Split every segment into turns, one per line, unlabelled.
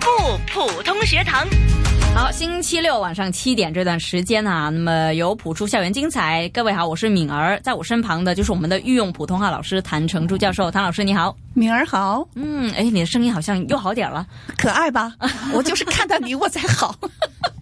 普通学堂。
好，星期六晚上七点这段时间啊，那么有普出校园精彩。各位好，我是敏儿，在我身旁的就是我们的御用普通话老师谭成珠教授。谭老师你好，
敏儿好，
嗯，哎，你的声音好像又好点了
可爱吧？我就是看到你我才好。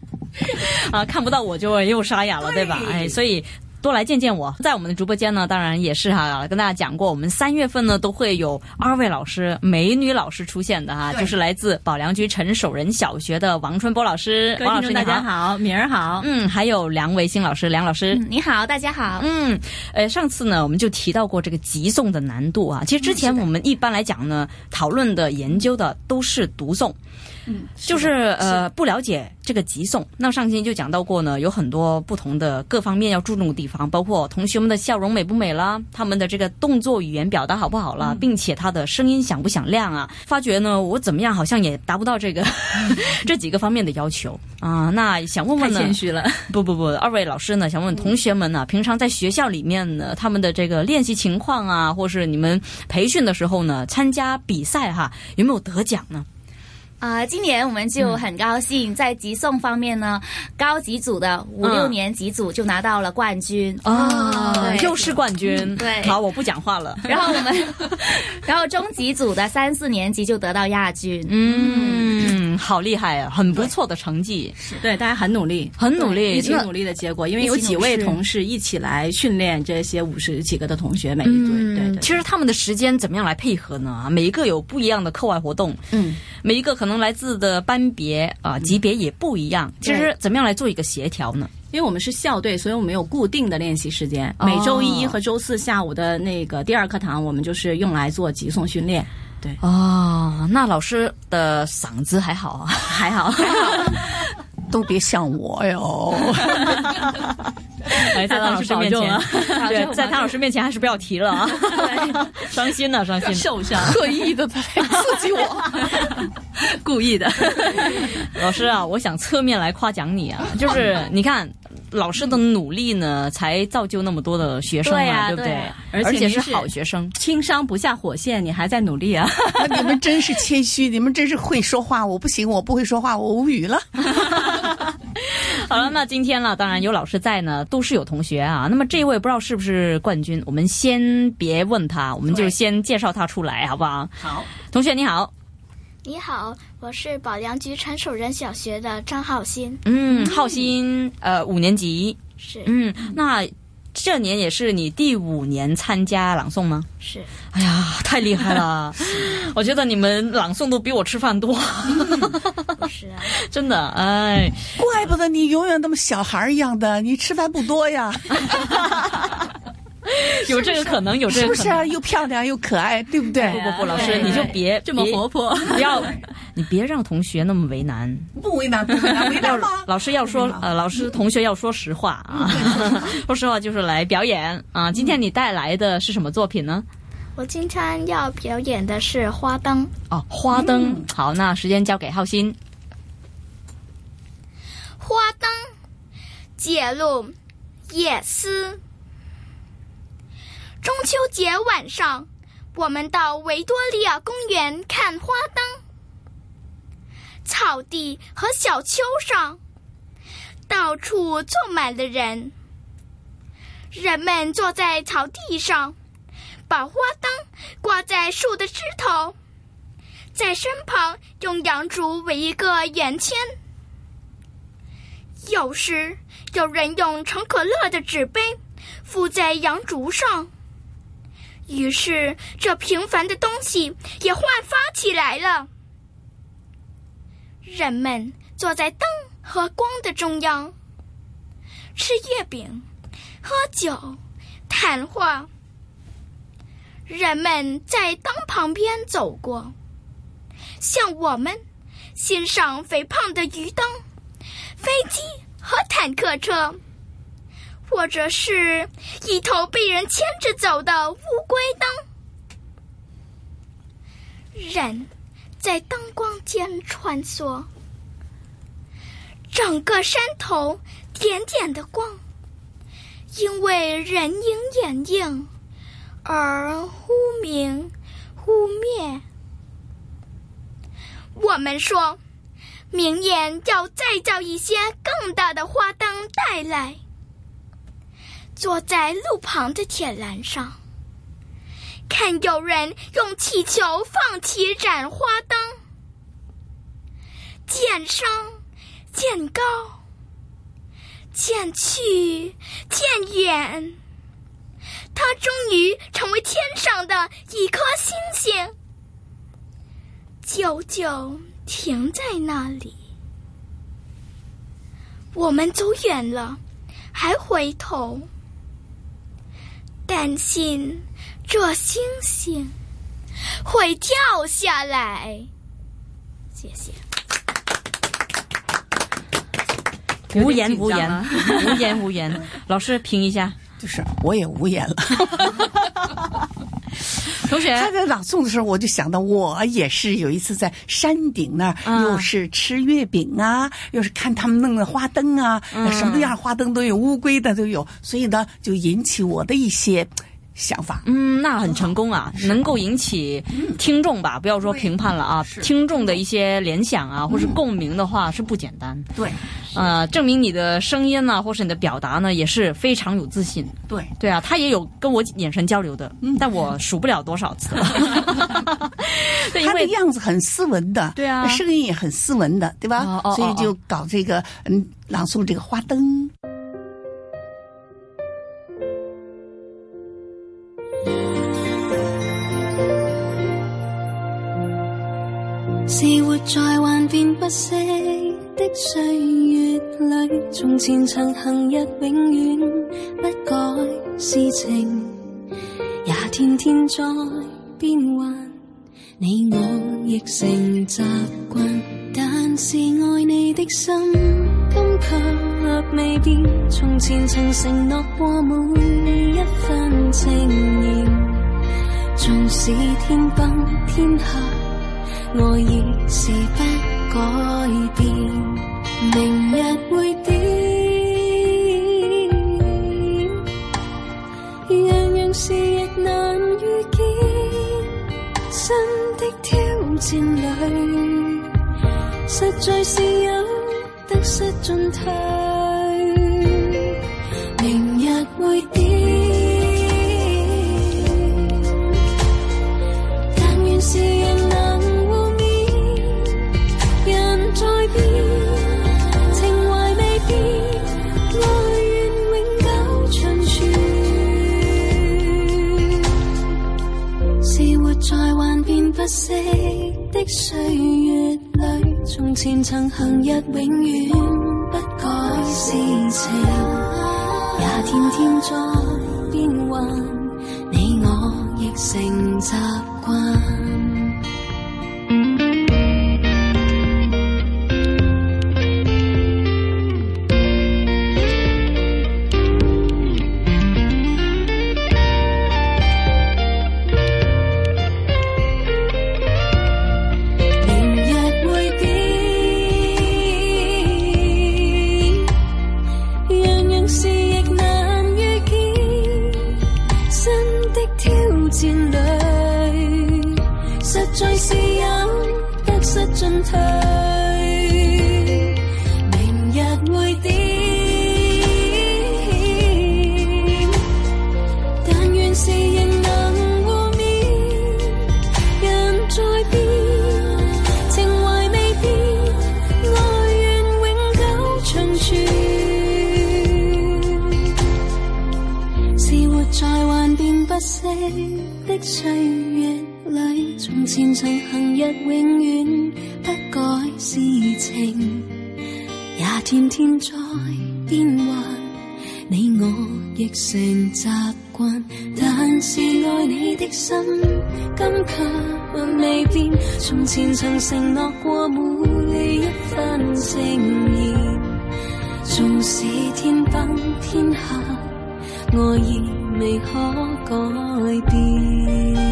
啊，看不到我就又沙哑了，对
对
吧？哎，所以。多来见见我，在我们的直播间呢，当然也是哈、跟大家讲过，我们三月份呢都会有二位老师，美女老师出现的哈、
对
就是来自保良局陈守仁小学的王春波老师，
各位
王老
听
师
众
你
大
好，
家好，敏儿好，
嗯，还有梁维新老师，梁老师，
你好，大家好，
嗯，呃，上次呢，我们就提到过这个急送的难度啊。其实之前我们一般来讲呢，讨论的、研究的都是读诵，
嗯，
就是呃不了解这个急送。那上期就讲到过呢，有很多不同的各方面要注重的地方，包括同学们的笑容美不美啦，他们的这个动作语言表达好不好啦，并且他的声音响不响亮啊。发觉呢，我怎么样好像也达不到这个 这几个方面的要求啊。那想问
嗯太
问呢，
谦虚了。
不不不，二位老师呢，想问同学们呢、平常在学校里面呢，他们的这个练习情况啊，或是你们培训的时候呢，参加比赛哈，有没有得奖呢？
啊、今年我们就很高兴，在集送方面呢，高级组的五
嗯
六年级组就拿到了冠军。哦
哦
啊，
对
又是冠军，
对
好，我不讲话了。
然后我们， 然后中级组的三四年级就得到亚军。
嗯，好厉害啊，很不错的成绩，
嗯对，大家很努力，
很努力
一起
那
努力的结果，因为有
一起
几位
努力
同事一起来训练这些五十几个的同学，每一队，对对
嗯其实他们的时间怎么样来配合呢？啊每一个有不一样的课外活动，
嗯，
每一个可能来自的班别啊、级别也不一样。其实怎么样来做一个协调呢？
因为我们是校队，所以我们有固定的练习时间，
哦
每周一和周四下午的那个第二课堂，我们就是用来做急送训练。
哦，那老师的嗓子还好啊。
还好，
都别像我哟，
哎，
谭
在谭
老
老
师
师面
保重
前
啊，
对， 在谭老师面前还是不要提了啊， 伤心呐，伤 心。
受伤，
刻意的在 刺激我。
故意的。
老师啊，我想侧面来夸奖你 啊，就是你看。老师的努力呢，才造就那么多的学生嘛，
对啊
对不
对啊
而
而且
且
您
是
是
好学生。
轻伤不下火线，你还在努力啊？
你们真是谦虚，你们真是会说话，我不行，我不会说话，我无语 了。
好了，那今天了，当然有老师在呢，都是有同学啊。那么这一位不知道是不是冠军，我们先别问他，我们就
对
先介绍他出来，好不好？
好，
同学你好，
你好，我是保良局陈守仁小学的张浩鑫，
嗯，浩鑫，呃，五年级，
是
嗯，那这年也是你第五年参加朗诵吗？
是，
哎呀，太厉害 了！我觉得你们朗诵都比我吃饭多，
不是啊，
真的。哎，
怪不得你永远那么小孩儿一样的，你吃饭不多呀，
有这个可能，有这
是
个
不
可
是
能。
啊？又漂亮又可爱，对不对？
不不不，老师
对
你就别
这么
别
活泼，
不要，你别让同学那么为难。
不为难，不为难，为难吗？
老师要说，呃，老师同学要说实话 啊，说实话就是来表演啊。今天你带来的是什么作品呢？
我今天要表演的是花灯。
哦，花灯。好，那时间交给浩鑫。
花灯解露夜思。中秋节晚上，我们到维多利亚公园看花灯。草地和小丘上，到处坐满了人。人们坐在草地上，把花灯挂在树的枝头，在身旁用杨竹围一个圆圈。有时有人用盛可乐的纸杯附在洋竹上，于是这平凡的东西也焕发起来了。人们坐在灯和光的中央，吃月饼，喝酒，谈话。人们在灯旁边走过，像我们欣赏肥胖的鱼灯。飞机和坦克车，或者是一头被人牵着走的乌龟灯。人在灯光间穿梭，整个山头点点的光，因为人影掩映而忽明忽灭。我们说，明年要再造一些更大的花灯带来。坐在路旁的铁栏上，看有人用气球放起盏花灯，渐升，渐高，渐去，渐远。它终于成为天上的一颗星星，久久停在那里。我们走远了，还回头，担心这星星会掉下来。谢谢。
无言无
有点紧张啊，
言无言无言。老师评一下，
就是我也无 言了。
同学
他在朗诵的时候，我就想到，我也是有一次在山顶那儿，
嗯
又是吃月饼啊，又是看他们弄的花灯啊，
嗯
什么样的花灯都有，乌龟的都有，所以呢，就引起我的一些想法。
嗯，那很成功啊，能够引起听众吧，不要说评判了啊，听众的一些联想
嗯
啊，或是共鸣的话是不简单。
对
呃，证明你的声音呢、或是你的表达呢，也是非常有自信。
对，
对啊，他也有跟我眼神交流的，
嗯
但我数不了多少 次了。对，因
他的
为
样子很斯文的，
对啊
声音也很斯文的，对吧？
哦哦哦
所以就搞这个，嗯，朗诵这个花灯。
是活在幻变不息的岁月里，从前曾行日永远不改事情，也天天在变幻。你我亦成习惯，但是爱你的心，今却未变。从前曾承诺过每一份情言，纵使天崩天下。我已是不改變，明日會點？樣樣事亦難預見，新的挑戰裏，實在是有得失進退。明日會點？但愿是人能互勉，人在变，情怀未变，愛願永久長存。是活在幻變不息的歲月裏，從前曾行日永遠不改事情，也天天在變幻。你我亦成習慣。明日會點？樣樣事亦難預見。新的挑戰裏，實在是有得失進退。明日會點？但願是仍能互勉，人在變，情懷未變，愛願永久長存。是活在幻變不息的歲月裏，從前曾行日永遠不改事情，也天天在變幻。你我亦成習慣，但是愛你的心，今卻未變。從前曾承諾過每一份情言，縱使天崩天下。我已未可改變。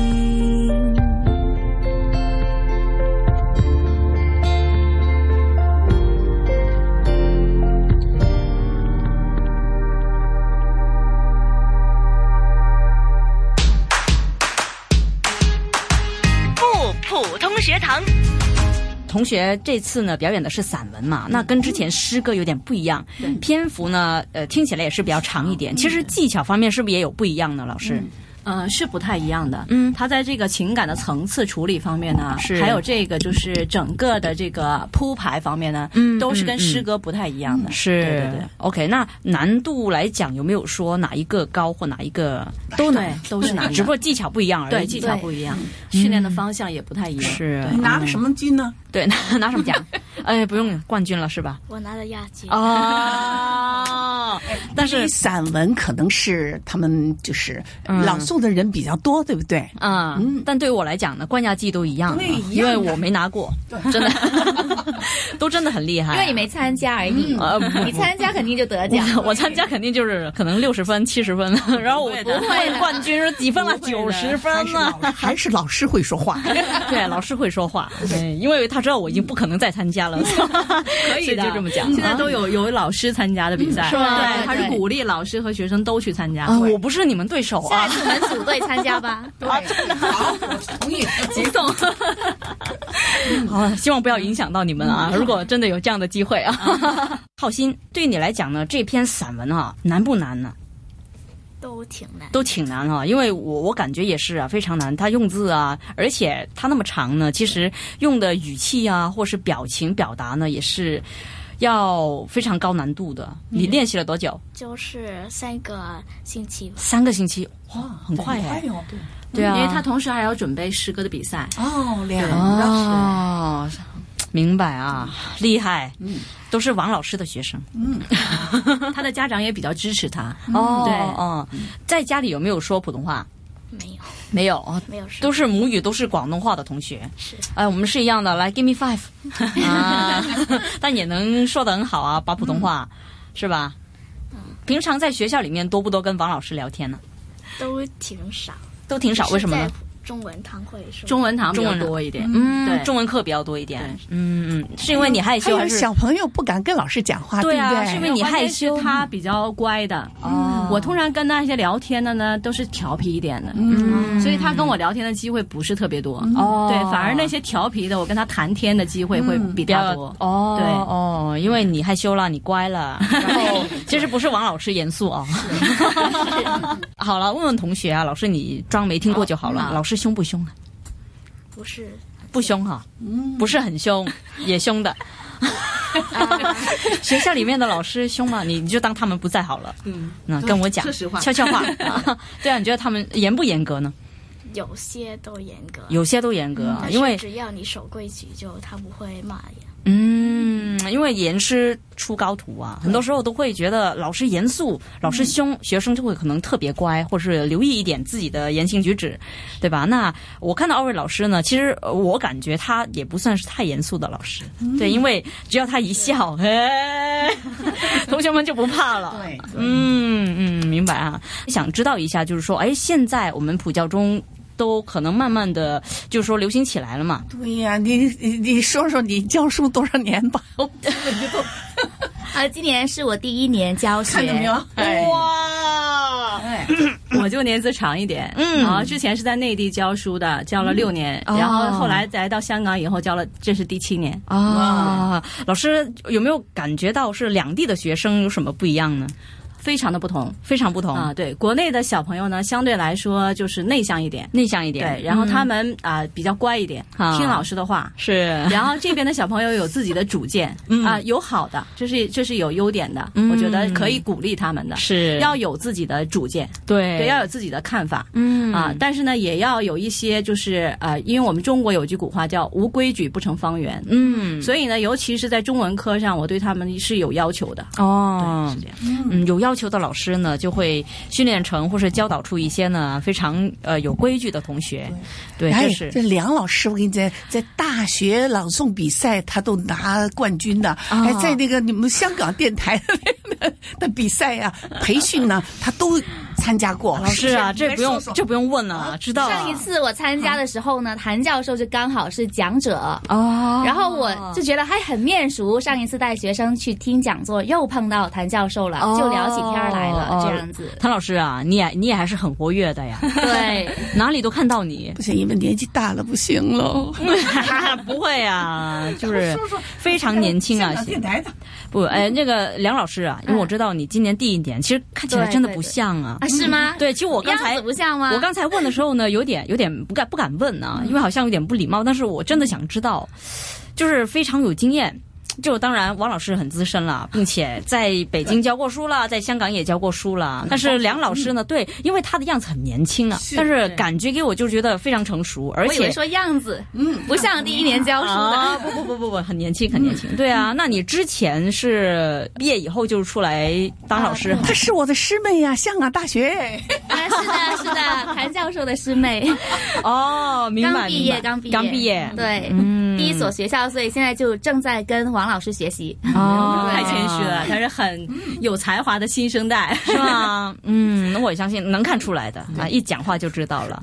不普通学堂。
同学这次呢表演的是散文嘛，
嗯
那跟之前诗歌有点不一样，篇幅呢呃听起来也是比较长
嗯
一点。其实技巧方面是不是也有不一样呢？老师，
呃，是不太一样的。
嗯
它在这个情感的层次处理方面呢，
是
还有这个就是整个的这个铺排方面呢，
嗯
都是
嗯
跟诗歌不太一样的。
是
对对对
OK。那难度来讲，有没有说哪一个高或哪一个都难？
对嗯都是难的
只不过技巧不一样而已。
哎对，技嗯巧不一样，训练的方向也不太一样。
是
对
你拿了什么剧呢？
对拿拿什么奖？哎，不用冠军了 是吧？
我拿了亚军。
哦， 但
因为
是
散文可能是他们就是
嗯
朗诵的人比较多，对不对？
啊、但对我来讲呢，冠亚季都一样的，
对一
因
样
为
的
我没拿过，真的， 都真的很厉害、啊
因为你没参加而已，
呃不
你参加肯定就得奖。
我，我参加肯定就是可能六十分、七十分，然后我
不会
不
的
会冠军是几分了？
不会的
九十分了。
还是老师会说话。
对，老师会说话，对，因为他知道我已经不可能再参加了，可
可以 的，
就这么讲。
现在都有有老师参加的比赛，
是吗
对，嗯哦他是
对
鼓励老师和学生都去参加。
啊，我不是你们对手
下
啊
次我们组队参加 吧。
激动，
啊，希望不要影响到你们啊！如果真的有这样的机会啊，浩鑫，对你来讲呢，这篇散文啊，难不难呢？
都挺难。
都挺难啊，因为我我感觉也是啊，非常难。它用字啊，而且它那么长呢，其实用的语气啊，或是表情表达呢，也是要非常高难度的。你练习了多久？
就是三个星期吧。
三个星期，哇，很快哎、
哦，对，
对啊，
因为他同时还要准备诗歌的比赛。
哦，两
哦，明白啊，厉害，都是王老师的学生。
他的家长也比较支持他，
哦，
对
哦，在家里有没有说普通话？
没有，
没有啊，
没有事。
都是母语都是广东话的同学。
是
哎，我们是一样的，来，give me five 啊， 但也能说得很好啊，把普通话、是吧？平常在学校里面多不多跟王老师聊天呢？
都挺少。
都挺少，为什么呢
在？中文堂会说
中文堂比
中
较
文堂
多一点。
嗯，
对
中文课比较多一点。嗯嗯，是因为你害
还
羞
有
还是？
小朋友不敢跟老师讲话，
对
不
啊
对？
是因
没
为
有
你
关键
害羞
是他比较乖的。嗯
哦
我通常跟那些聊天的呢，都是调皮一点的，嗯，所以他跟我聊天的机会不是特别多，
哦
对，反而那些调皮的，我跟他谈天的机会会比
比较
他多，
哦，
对
哦，因为你害羞了，你乖了， 然后其实不是王老师严肃啊、 好了，问问同学啊，老师你装没听过就好了。
好
老师凶不凶啊？嗯
不是
不凶哈、不是很凶，也凶 的。啊 学校里面的老师凶吗？你你就当他们不在好了。嗯，那跟我讲，
说实话
悄悄 话。对啊，你觉得他们严不严格呢？
有些都严格，
有些都严格啊，
但是
因为
只要你守规矩就，他不会骂人。
嗯，因为严师出高徒啊，很多时候都会觉得老师严肃，老师凶，学生就会可能特别乖，或是留意一点自己的言行举止，对吧？那我看到二位老师呢，其实呃我感觉他也不算是太严肃的老师，对，因为只要他一笑，哎， 同学们就不怕了。
对
嗯嗯，明白啊。想知道一下，就是说，哎，现在我们普教中都可能慢慢的，就是说流行起来了嘛。
对呀，你你你说说你教书多少年吧？
啊，今年是我第一年教学，
看见没有？哇，
我就年资长一点，嗯，然后之前是在内地教书的，教了六年，
哦
然后后来来到香港以后教了，这是第七年，
啊，老师有没有感觉到是两地的学生有什么不一样呢？
非常的不同
非常不同，
啊、对，国内的小朋友呢，相对来说就是内向一点，
内向一点，
对，然后他
嗯
们啊、比较乖一点，
啊
听老师的 话，
是
然后这边的小朋友有自己的主见，
嗯
啊，有好的，这是这是有优点的，
嗯
我觉得可以鼓励他们的，
是
要有自己的主见，
对
对，要有自己的看法。
嗯
啊，但是呢，也要有一些，就是呃，因为我们中国有句古话叫“无规矩不成方圆”，
嗯
所以呢，尤其是在中文科上，我对他们是有要求的。
哦
是这样。
嗯，有要求的老师呢，就会训练成或是教导出一些呢非常呃有规矩的同学，对，
哎
这，是
这梁老师，我跟你讲，在大学朗诵比赛他都拿冠军的，
哦
哎，在啊那个你们香港电台的比赛呀、培训呢，他都参参加过，
老师啊，
是
这不用这不用问了，知道啊
上一次我参加的时候呢，谭教授就刚好是讲者，
哦，
然后我就觉得还很面熟。上一次带学生去听讲座，又碰到谭教授了，
哦
就聊起天儿来了，
哦。
这样子
谭老师啊，你也你也还是很活跃的呀，
对，
哪里都看到你。
不行，因为年纪大了不行喽。
不会啊，就是非常年轻啊
香。港电台的，
不，哎，那个梁老师啊，因为我知道你今年第一年，其实看起来真的不像啊
啊，。是吗？
对，其实我刚
样
才
子不像吗？
我刚才问的时候呢，有点有点不敢不敢问啊，因为好像有点不礼貌。但是我真的想知道，就是非常有经验。就当然，王老师很资深了，并且在北京教过书了，在香港也教过书了。但是梁老师呢，对，因为他的样子很年轻啊，
是
但是感觉给我就觉得非常成熟，而
我以为
且
说样子，嗯，不像第一年教书
啊， 不
的。
不不不不，很年轻，很年轻。对啊，那你之前是毕业以后就出来当老师，
她是我的师妹呀、香港大学。
哎
啊，是的，是的，谭教授的 师妹，
哦，明白，
刚毕业
明白
刚毕业
刚毕业，
对，
嗯
第一所学校，所以现在就正在跟王老师学习。
哦，
嗯
太谦虚了，他是很有才华的新生代。
是吗？嗯，那我也相信能看出来的啊，一讲话就知道了。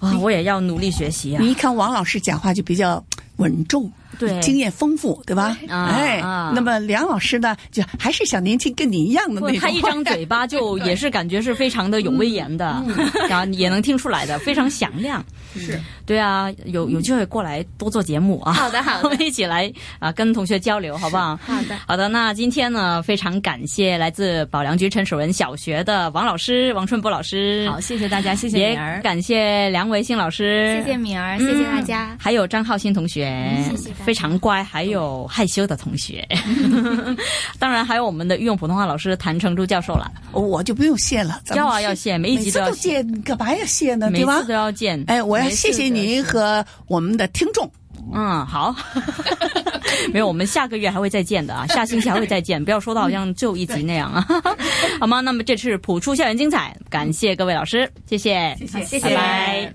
哎
哇，我也要努力学习啊
你！一看王老师讲话就比较稳重，
对
经验丰富，对吧？
啊
哎，
啊
那么梁老师呢，就还是小年轻，跟你一样的
不过
那种。
他一张嘴巴 就也是感觉是非常的有威严的，
嗯
然后也能听出来的，非常响亮。
是，
对啊，有有机会过来多做节目啊。
好的，好
我
的
们，一起来啊，跟同学交流，好不好？
好的。
好的，那今天呢，非常感谢来自保良局陈守仁小学的王老师王春波老师，
好，谢谢大家，谢谢
也
敏儿。
感谢梁维新老师，
谢谢敏儿，谢谢大家。
还有张浩鑫同学，
谢谢大家
非常乖，还有害羞的同学， 当然还有我们的御用普通话老师谭成珠教授了，
我就不用谢了，咱们
要啊
是
要谢，每一
每
集
次
都要
都
谢，
谢，你干嘛要谢呢？
每
对吧
次？都要见。
哎，我要
每次
谢谢
都
您和我们的听众。
嗯，好。 没有，我们下个月还会再见的啊，下星期还会再见，不要说到好像最后一集那样啊， 好吗？那么这次普出校园精彩，感谢各位老师，谢谢，谢谢，拜拜。